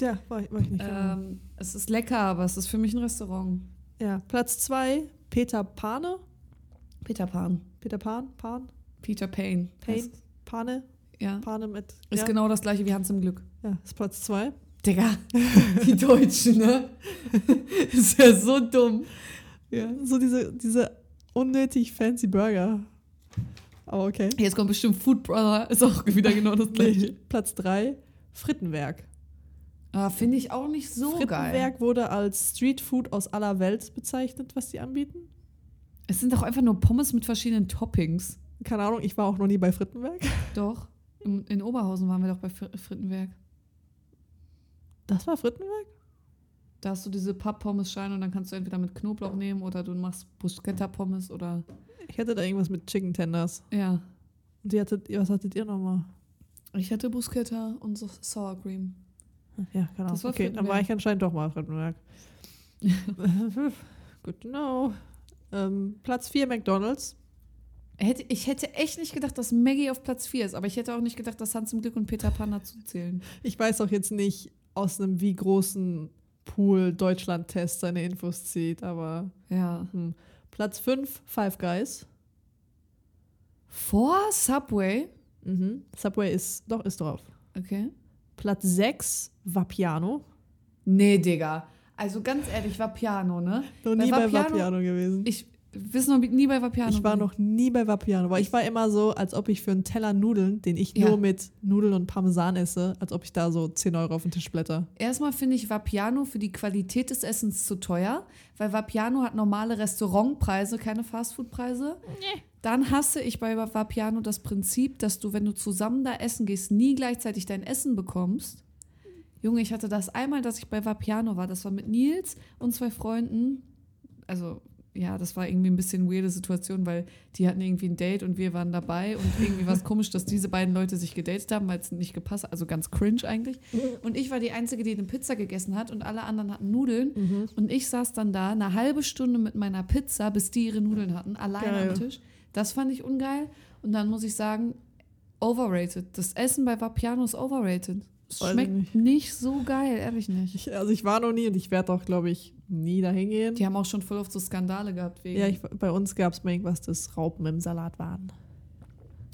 Ja, war ich, war ich nicht. keine Ahnung. Ähm, es ist lecker, aber es ist für mich ein Restaurant. Ja, Platz 2, Peter Pane. Peter Pan. Peter Pan, Pan, Peter Payne. Pain, Pane, Ja. Pane mit. Ist ja, genau das gleiche wie Hans im Glück. ja, ist Platz 2. Digga, die Deutschen, ne? ist ja so dumm. Ja, so diese, diese unnötig fancy Burger. Aber okay. Jetzt kommt bestimmt Food Brother, ist auch wieder genau das gleiche. Nee, Platz 3, Frittenwerk. Ah, Finde ich auch nicht so geil. Frittenwerk wurde als Streetfood aus aller Welt bezeichnet, was die anbieten. Es sind doch einfach nur Pommes mit verschiedenen Toppings. Keine Ahnung, ich war auch noch nie bei Frittenwerk. Doch. Im, in Oberhausen waren wir doch bei Fr Frittenwerk. Das war Frittenwerk? Da hast du diese Papp-Pommes-Scheine und dann kannst du entweder mit Knoblauch nehmen oder du machst Bruschetta-Pommes oder. Ich hatte da irgendwas mit Chicken Tenders. Ja. Und die hattet, was hattet ihr nochmal? Ich hatte Bruschetta und so Sour Cream. Ja, keine Ahnung. Das war Okay, dann war Frittenwerk. ich anscheinend doch mal Frittenwerk. Good to know. Ähm, Platz 4, McDonalds. Hätte, ich hätte echt nicht gedacht, dass Maggie auf Platz 4 ist, aber ich hätte auch nicht gedacht, dass Hans im Glück und Peter Pan dazu zählen. Ich weiß auch jetzt nicht, aus einem wie großen Pool Deutschland-Test seine Infos zieht, aber Ja. hm. Platz 5, Five Guys. Vor Subway. Mhm. Subway ist, doch, ist drauf. Okay. Platz 6, Vapiano. Nee, Digga. Also ganz ehrlich, war Piano, ne? Noch Bei nie bei Vapiano- Vapiano gewesen. Ich wissen noch nie bei Vapiano. Ich war noch nie bei Vapiano, weil ich war immer so, als ob ich für einen Teller Nudeln, den ich Ja. nur mit Nudeln und Parmesan esse, als ob ich da so 10 Euro auf den Tisch blätter. Erstmal finde ich Vapiano für die Qualität des Essens zu teuer, weil Vapiano hat normale Restaurantpreise, keine Fastfoodpreise. Nee. Dann hasse ich bei Vapiano das Prinzip, dass du, wenn du zusammen da essen gehst, nie gleichzeitig dein Essen bekommst. Junge, ich hatte das einmal, dass ich bei Vapiano war. Das war mit Nils und zwei Freunden. Also, ja, das war irgendwie ein bisschen weirde Situation, weil die hatten irgendwie ein Date und wir waren dabei und irgendwie war es komisch, dass diese beiden Leute sich gedatet haben, weil es nicht gepasst hat. Also ganz cringe eigentlich. Mhm. Und ich war die Einzige, die eine Pizza gegessen hat und alle anderen hatten Nudeln. Mhm. Und ich saß dann da eine halbe Stunde mit meiner Pizza, bis die ihre Nudeln hatten, alleine Geil. am Tisch. Das fand ich ungeil. Und dann muss ich sagen, overrated. Das Essen bei Vapiano ist overrated. Es Weiß ich schmeckt nicht. nicht. so geil, ehrlich nicht. Ich, also ich war noch nie und ich werde auch, glaube ich, nie dahin gehen. Die haben auch schon voll oft so Skandale gehabt wegen. Ja, ich, bei uns gab es mal irgendwas, das Raupen im Salat waren.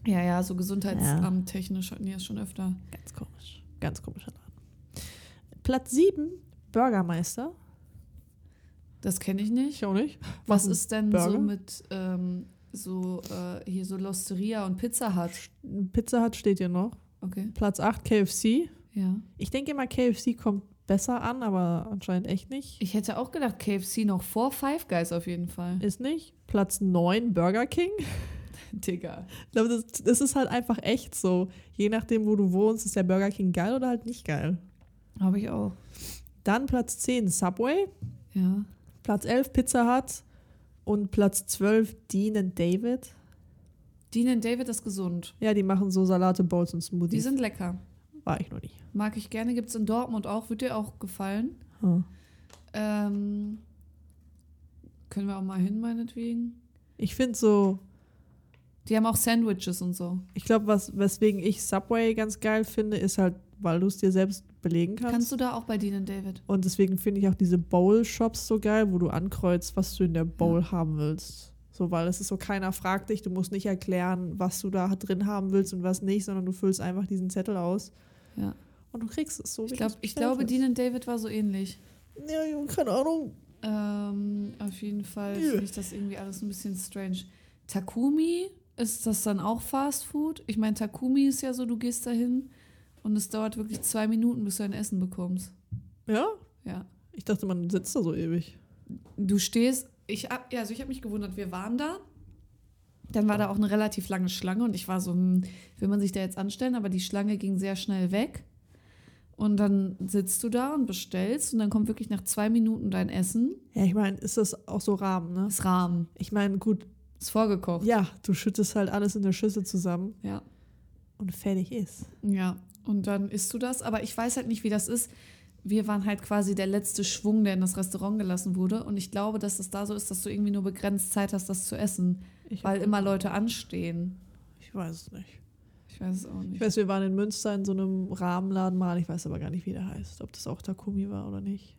ja, ja, so Gesundheitsamt technisch hatten die das schon öfter. Ganz komisch. Ganz komischer Laden. Platz 7, Bürgermeister. Das kenne ich nicht. Ich auch nicht. Hm. Was ein ist denn so Burger? mit ähm, so äh, hier so Losteria und Pizza Hut? Pizza Hut steht hier noch. Okay, Platz 8, KFC. ja. Ich denke immer, KFC kommt besser an, aber anscheinend echt nicht. Ich hätte auch gedacht, KFC noch vor Five Guys auf jeden Fall. Ist nicht. Platz 9, Burger King. Digga. Ich glaube, das, das ist halt einfach echt so. Je nachdem, wo du wohnst, ist der Burger King geil oder halt nicht geil. Habe ich auch. Dann Platz 10 Subway, Ja. Platz 11 Pizza Hut und Platz 12 Dean and David. Dean und David ist gesund. Ja, die machen so Salate, Bowls und Die Smoothies. sind lecker. War ich noch nicht. Mag ich gerne. Gibt es in Dortmund auch. Wird dir auch gefallen. Hm. Ähm, können wir auch mal hin, meinetwegen. Ich finde so, Die haben auch Sandwiches und so. ich glaube, was weswegen ich Subway ganz geil finde, ist halt, weil du es dir selbst belegen kannst. Kannst du da auch bei Dean und David? Und deswegen finde ich auch diese Bowl-Shops so geil, wo du ankreuzt, was du in der Bowl haben willst. So, weil es ist so, keiner fragt dich, du musst nicht erklären, was du da drin haben willst und was nicht, sondern du füllst einfach diesen Zettel aus. Ja. Und du kriegst es so. Ich, wie glaub, du es ich glaube, bestellt Dean und David war so ähnlich. hast. Ja, ja, keine Ahnung. Ähm, auf jeden Fall finde ich das irgendwie alles ein bisschen strange. Takumi, ist das dann auch Fast Food? Ich meine, Takumi ist ja so, du gehst dahin und es dauert wirklich zwei Minuten, bis du ein Essen bekommst. Ja? Ja. Ich dachte, man sitzt da so ewig. Du stehst, ich hab, ja, also ich habe mich gewundert, wir waren da. Dann war da auch eine relativ lange Schlange und ich war so, hm, will man sich da jetzt anstellen? Aber die Schlange ging sehr schnell weg. Und dann sitzt du da und bestellst und dann kommt wirklich nach zwei Minuten dein Essen. Ja, ich meine, ist das auch so Rahmen, ne? Ist Rahmen, Ich meine, gut, ist vorgekocht. ja, du schüttest halt alles in der Schüssel zusammen ja. und fertig ist. Ja, und dann isst du das. Aber ich weiß halt nicht, wie das ist. Wir waren halt quasi der letzte Schwung, der in das Restaurant gelassen wurde. Und ich glaube, dass das da so ist, dass du irgendwie nur begrenzt Zeit hast, das zu essen. Ich, Weil immer Leute anstehen. ich weiß es nicht. Ich weiß es auch nicht. Ich weiß, wir waren in Münster in so einem Rahmenladen mal, ich weiß aber gar nicht, wie der heißt, ob das auch Takumi war oder nicht.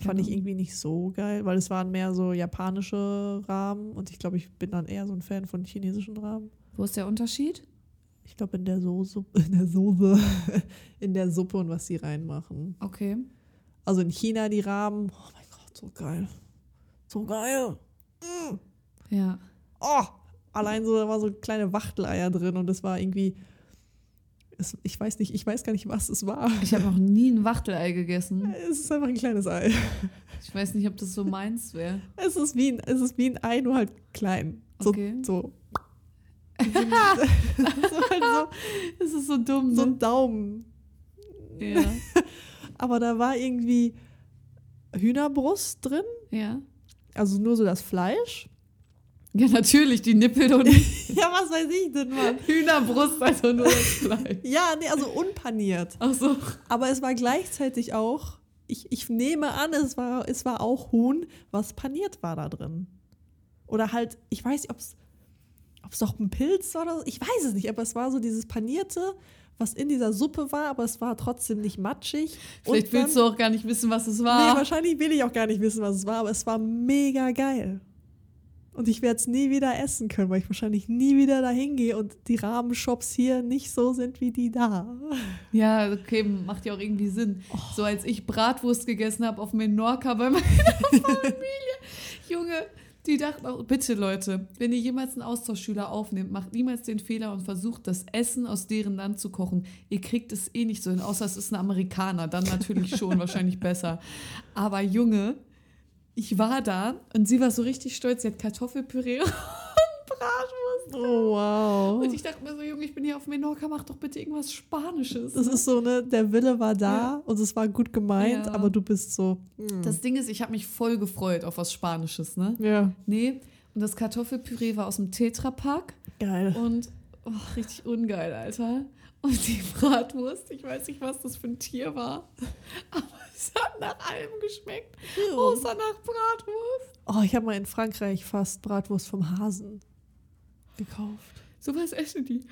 Fand ich Genau. irgendwie nicht so geil, weil es waren mehr so japanische Rahmen und ich glaube, ich bin dann eher so ein Fan von chinesischen Rahmen. Wo ist der Unterschied? Ich glaube in der Soße, in der Soße, in der Suppe und was sie reinmachen. Okay. Also in China die Rahmen, oh mein Gott, so geil. So geil. Mm. Ja. Oh, allein so, da war so kleine Wachteleier drin und das war irgendwie es, ich weiß nicht, ich weiß gar nicht, was es war. Ich habe noch nie ein Wachtelei gegessen. Es ist einfach ein kleines Ei. Ich weiß nicht, ob das so meins wäre. Es ist wie ein, es ist wie ein Ei, nur halt klein. So, Okay. so. so, halt Das ist so dumm. so, so Ne? ein Daumen. Ja. Aber da war irgendwie Hühnerbrust drin, ja. also nur so das Fleisch. Ja, natürlich, die Nippel und Ja, was weiß ich denn, Mann? Hühnerbrust, also nur das Fleisch. Ja, nee, also unpaniert. Ach so. Aber es war gleichzeitig auch, ich, ich nehme an, es war, es war auch Huhn, was paniert war da drin. Oder halt, ich weiß nicht, ob es ob es doch ein Pilz war oder so, ich weiß es nicht, aber es war so dieses panierte, was in dieser Suppe war, aber es war trotzdem nicht matschig. Vielleicht Und dann- willst du auch gar nicht wissen, was es war. Nee, wahrscheinlich will ich auch gar nicht wissen, was es war, aber es war mega geil. Und ich werde es nie wieder essen können, weil ich wahrscheinlich nie wieder dahin gehe und die Rahmenshops hier nicht so sind wie die da. Ja, okay, macht ja auch irgendwie Sinn. So als ich Bratwurst gegessen habe auf Menorca bei meiner Familie. Junge, die dachten auch, bitte Leute, wenn ihr jemals einen Austauschschüler aufnehmt, macht niemals den Fehler und versucht, das Essen aus deren Land zu kochen. Ihr kriegt es eh nicht so hin, außer es ist ein Amerikaner, dann natürlich schon, wahrscheinlich besser. Aber Junge, ich war da und sie war so richtig stolz, sie hat Kartoffelpüree und Bratwurst. Oh, wow. Und ich dachte mir so, Junge, ich bin hier auf Menorca, mach doch bitte irgendwas Spanisches. Das ist so, ne, der Wille war da Ja. und es war gut gemeint, Ja. aber du bist so. hm. Das Ding ist, ich habe mich voll gefreut auf was Spanisches, ne? ja. Nee, und das Kartoffelpüree war aus dem Tetrapack Geil. und oh, richtig ungeil, Alter. Und die Bratwurst, ich weiß nicht, was das für ein Tier war, aber es hat nach allem geschmeckt, außer nach Bratwurst. Oh, ich habe mal in Frankreich fast Bratwurst vom Hasen gekauft. Sowas essen die.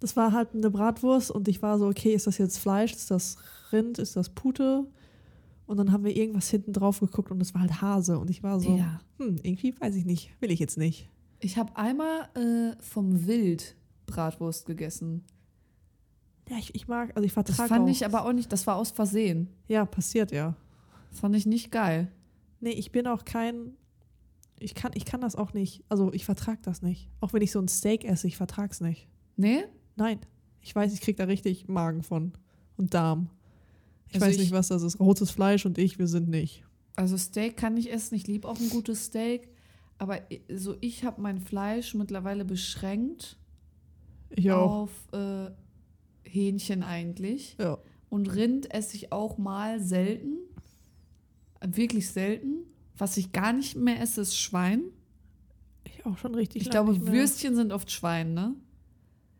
Das war halt eine Bratwurst und ich war so, okay, ist das jetzt Fleisch, ist das Rind, ist das Pute? Und dann haben wir irgendwas hinten drauf geguckt und es war halt Hase und ich war so, Ja. hm, irgendwie weiß ich nicht, will ich jetzt nicht. Ich habe einmal äh, vom Wild Bratwurst gegessen. Ja, ich, ich mag, also ich Das vertrage fand auch. ich aber auch nicht, das war aus Versehen. ja, passiert ja. Fand ich nicht geil. Nee, ich bin auch kein. Ich kann, ich kann das auch nicht. Also ich vertrag das nicht. Auch wenn ich so ein Steak esse, ich vertrag's nicht. Nee? Nein. Ich weiß, ich krieg da richtig Magen von. Und Darm. Ich Also weiß ich- nicht, was das ist. Rotes Fleisch und ich, wir sind nicht. Also Steak kann ich essen, ich liebe auch ein gutes Steak, aber i- so ich habe mein Fleisch mittlerweile beschränkt Oh. Ich auch. auf äh, Hähnchen eigentlich Ja. Und Rind esse ich auch mal selten. Wirklich selten. Was ich gar nicht mehr esse, ist Schwein. Ich auch schon richtig. Ich lange glaube, nicht mehr. Würstchen sind oft Schwein, ne?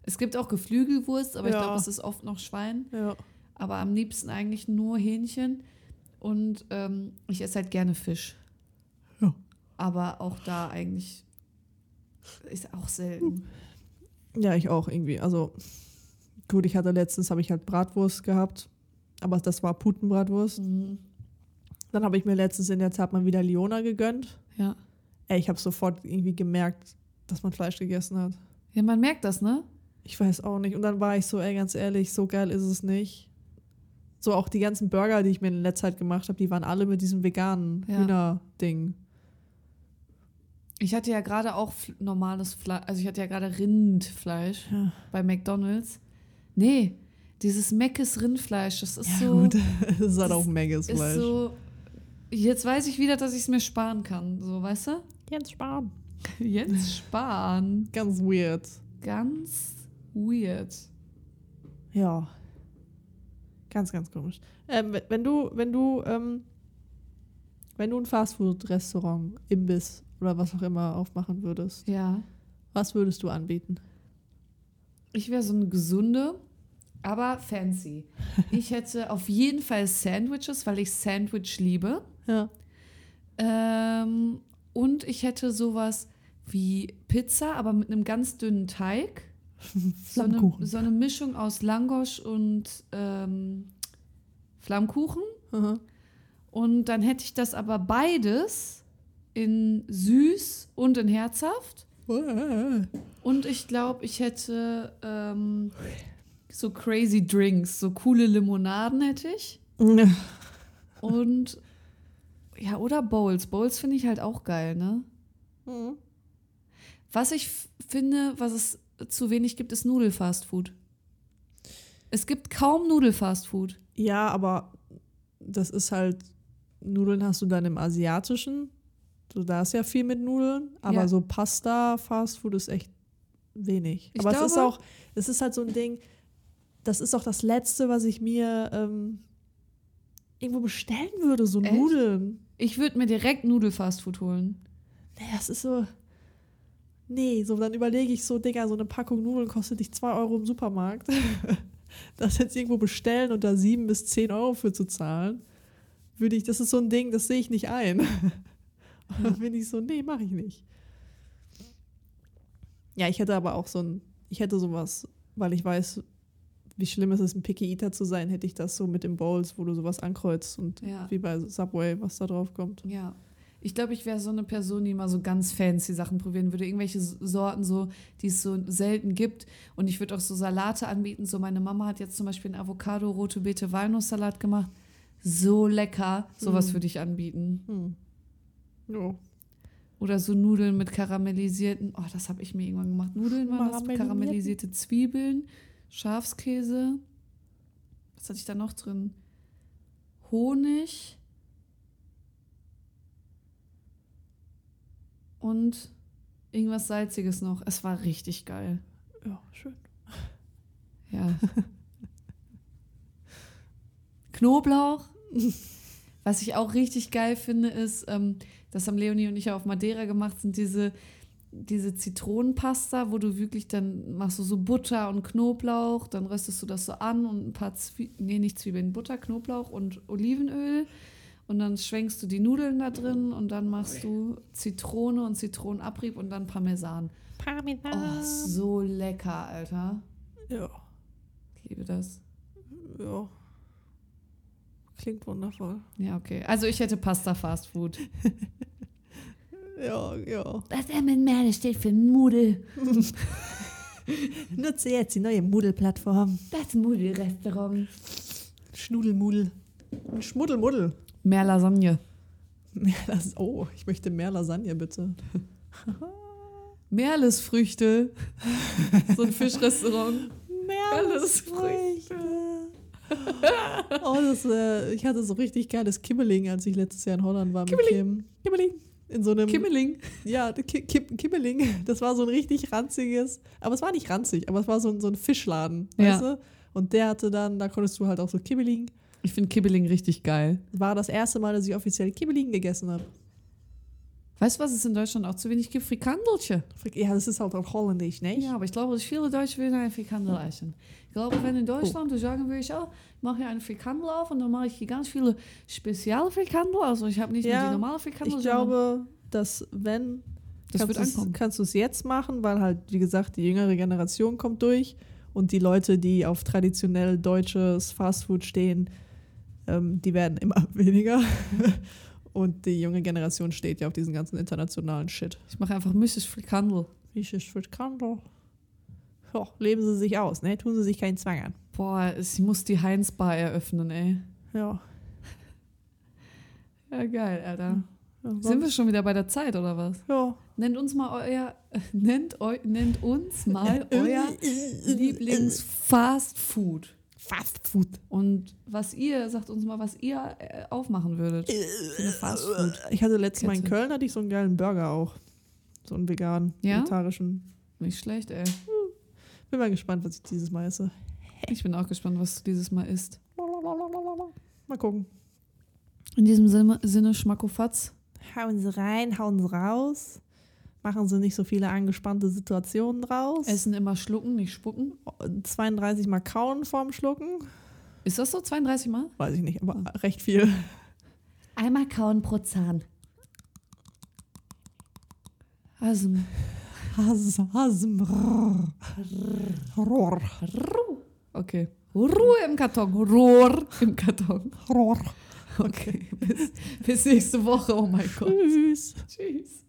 Es gibt auch Geflügelwurst, aber ich Ja. glaube, es ist oft noch Schwein. Ja. Aber am liebsten eigentlich nur Hähnchen. Und ähm, ich esse halt gerne Fisch. Ja. Aber auch da eigentlich ist auch selten. ja, ich auch irgendwie. Also gut, ich hatte letztens, habe ich halt Bratwurst gehabt, aber das war Putenbratwurst. Mhm. Dann habe ich mir letztens in der Tat mal wieder Leona gegönnt. Ja. Ey, ich habe sofort irgendwie gemerkt, dass man Fleisch gegessen hat. ja, man merkt das, ne? Ich weiß auch nicht. Und dann war ich so, ey, ganz ehrlich, so geil ist es nicht. So auch die ganzen Burger, die ich mir in letzter Zeit gemacht habe, die waren alle mit diesem veganen Ja. Hühnerding. Ich hatte ja gerade auch fl- normales Fleisch, also ich hatte ja gerade Rindfleisch Ja. bei McDonalds. Nee, dieses Meckes Rindfleisch, das ist so. Gut, es ist halt auch Megas ist Fleisch. so. Jetzt weiß ich wieder, dass ich es mir sparen kann, so, weißt du? Jens Spahn. Jetzt sparen. Ganz weird. Ganz weird. Ja. Ganz, ganz komisch. Ähm, we- wenn du, wenn du, ähm, wenn du ein Fastfood-Restaurant, Imbiss oder was auch immer aufmachen würdest, Ja. was würdest du anbieten? Ich wäre so eine gesunde, aber fancy. Ich hätte auf jeden Fall Sandwiches, weil ich Sandwich liebe. Ja. Ähm, und ich hätte sowas wie Pizza, aber mit einem ganz dünnen Teig. So eine, Flammkuchen. so eine Mischung aus Langosch und ähm, Flammkuchen. Aha. Und dann hätte ich das aber beides in süß und in herzhaft. Und ich glaube, ich hätte ähm, so crazy Drinks, so coole Limonaden hätte ich. Und ja, oder Bowls. Bowls finde ich halt auch geil, ne? Mhm. Was ich f- finde, was es zu wenig gibt, ist Nudelfastfood. Es gibt kaum Nudelfastfood. Ja, aber das ist halt, Nudeln hast du dann im Asiatischen. So, da ist ja viel mit Nudeln, aber Ja. so Pasta, Fastfood ist echt wenig. Ich aber es ist glaube- auch, es ist halt so ein Ding, das ist auch das Letzte, was ich mir ähm, irgendwo bestellen würde, so Echt? Nudeln. Ich würde mir direkt Nudelfastfood holen. Nee, das ist so. Nee, so dann überlege ich so, Digga, so eine Packung Nudeln kostet dich 2 Euro im Supermarkt. Das jetzt irgendwo bestellen und da 7 bis 10 Euro für zu zahlen, würde ich, das ist so ein Ding, das sehe ich nicht ein. Und Hm. dann bin ich so, nee, mache ich nicht. Ja, ich hätte aber auch so ein, ich hätte sowas, weil ich weiß, wie schlimm es ist, ein Picky Eater zu sein, hätte ich das so mit den Bowls, wo du sowas ankreuzt und Ja. wie bei Subway, was da drauf kommt. Ja. Ich glaube, ich wäre so eine Person, die mal so ganz fancy Sachen probieren würde. Irgendwelche S- Sorten, so, die es so selten gibt. Und ich würde auch so Salate anbieten. So, meine Mama hat jetzt zum Beispiel einen Avocado-Rote Beete Walnusssalat gemacht. So lecker. Sowas Hm. würde ich anbieten. Hm. Ja. Oder so Nudeln mit karamellisierten. Oh, das habe ich mir irgendwann gemacht. Nudeln waren das. Karamellisierten. Karamellisierte Zwiebeln, Schafskäse. Was hatte ich da noch drin? Honig. Und irgendwas Salziges noch. Es war richtig geil. ja, schön. Ja. Knoblauch. Was ich auch richtig geil finde, ist, ähm, das haben Leonie und ich ja auf Madeira gemacht, sind diese, diese Zitronenpasta, wo du wirklich dann machst du so Butter und Knoblauch, dann röstest du das so an und ein paar Zwiebeln, nee, nicht Zwiebeln, Butter, Knoblauch und Olivenöl. Und dann schwenkst du die Nudeln da drin und dann machst du Zitrone und Zitronenabrieb und dann Parmesan. Oh, Parmesan. so lecker, Alter. Ja, Ich liebe das. ja. Klingt wundervoll. Ja, okay. Also ich hätte Pasta Fast Food. Ja, ja. Was er mit Merde steht für Nudel. Nutze jetzt die neue Moodle-Plattform. Das Nudelrestaurant. Schnudelmudel. Schmuddelmuddel. Mehr Lasagne. Mehr Las oh, ich möchte mehr Lasagne, bitte. Merlesfrüchte. so ein Fischrestaurant. Meeresfrüchte. oh, das, äh, ich hatte so richtig geiles Kibbeling, als ich letztes Jahr in Holland war mit Kim. Kibbeling. in so einem Kimmeling. Ja, der Ki Ki- Kimmeling, das war so ein richtig ranziges, aber es war nicht ranzig, aber es war so ein, so ein Fischladen, Ja. weißt du? Und der hatte dann, da konntest du halt auch so Kimmeling. Ich finde Kibbeling richtig geil. War das erste Mal, dass ich offiziell Kimmeling gegessen habe. Weißt du, was es in Deutschland auch zu wenig gibt? Frikandelchen. Ja, das ist halt auch holländisch, ne? Ja, aber ich glaube, dass viele Deutsche wieder ein Frikandel essen. Ich glaube, wenn in Deutschland, du sagen würdest, oh, ich mache hier einen Frikandel auf und dann mache ich hier ganz viele spezielle Frikandel. Also ich habe nicht Ja, nur die normale Frikandel, Ich glaube, dass wenn, das wird kannst du's- ankommen. kannst du es jetzt machen, weil halt, wie gesagt, die jüngere Generation kommt durch und die Leute, die auf traditionell deutsches Fastfood stehen, ähm, die werden immer weniger. und die junge Generation steht ja auf diesen ganzen internationalen Shit. Ich mache einfach Mrs. Frikandel. Griechisch wird kann doch. Ja, leben sie sich aus, ne? Tun sie sich keinen Zwang an. Boah, ich muss die Heinz Bar eröffnen, ey. Ja. Ja, geil, Alter. ja, Sind wir sonst- schon wieder bei der Zeit oder was? Ja. Nennt uns mal euer nennt eu, nennt uns mal euer Lieblings Fast Food Fastfood. und was ihr sagt uns mal, was ihr äh, aufmachen würdet. für eine Fast Food. Ich hatte letztes Mal in Kette. Köln hatte ich so einen geilen Burger auch. So einen veganen, Ja? vegetarischen. Nicht schlecht, ey. Bin mal gespannt, was ich dieses Mal esse. Ich bin auch gespannt, was du dieses Mal isst. Mal gucken. In diesem Sinne, Sinne Schmackofatz. Hauen Sie rein, hauen Sie raus. Machen Sie nicht so viele angespannte Situationen draus. Essen immer schlucken, nicht spucken. 32 Mal kauen vorm Schlucken. Ist das so 32 Mal? Weiß ich nicht, aber recht viel. Einmal kauen pro Zahn. Also, Has, hasm, rrr, rohr, okay. Ruhe im Karton. Rohr im Karton. rohr. Okay. Bis, bis nächste Woche. Oh mein Gott. Tschüss. Tschüss.